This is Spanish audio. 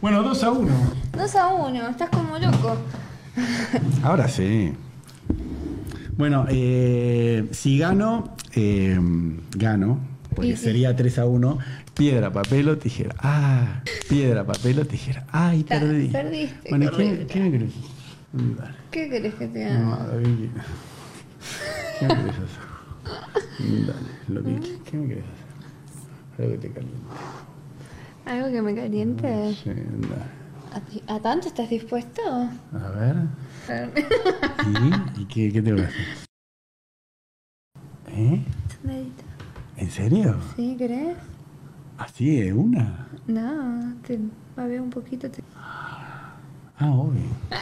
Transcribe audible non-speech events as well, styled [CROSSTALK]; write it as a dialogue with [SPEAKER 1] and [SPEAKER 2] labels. [SPEAKER 1] Bueno, 2 a 1.
[SPEAKER 2] 2 a 1, estás como loco.
[SPEAKER 3] Ahora sí.
[SPEAKER 1] Bueno, eh, si gano, eh, gano, porque
[SPEAKER 2] Y sí.
[SPEAKER 1] sería 3 a 1. Piedra, papel o tijera. Ah, piedra, papel o tijera. Ay,
[SPEAKER 2] Ta,
[SPEAKER 1] perdí.
[SPEAKER 2] perdiste,
[SPEAKER 1] Bueno, ¿quién,
[SPEAKER 2] correcta.
[SPEAKER 1] quién me crees? Mm, dale.
[SPEAKER 2] ¿Qué querés que te haga?
[SPEAKER 1] No, lo que quieras. ¿Qué me querés hacer? Mm, Dale, lo que quieras. ¿Qué me querés hacer? Algo que te caliente.
[SPEAKER 2] ¿Algo que me caliente?
[SPEAKER 1] Sí, dale.
[SPEAKER 2] ¿A, ti- a tanto estás dispuesto?
[SPEAKER 1] A ver. ¿Y, ¿Y qué, qué te voy a hacer? ¿Eh?
[SPEAKER 2] Sandadita.
[SPEAKER 1] ¿En serio?
[SPEAKER 2] [LAUGHS] ¿Sí querés?
[SPEAKER 1] ¿Así de una?
[SPEAKER 2] No, te babeo un poquito. te-
[SPEAKER 1] Ah, obvio.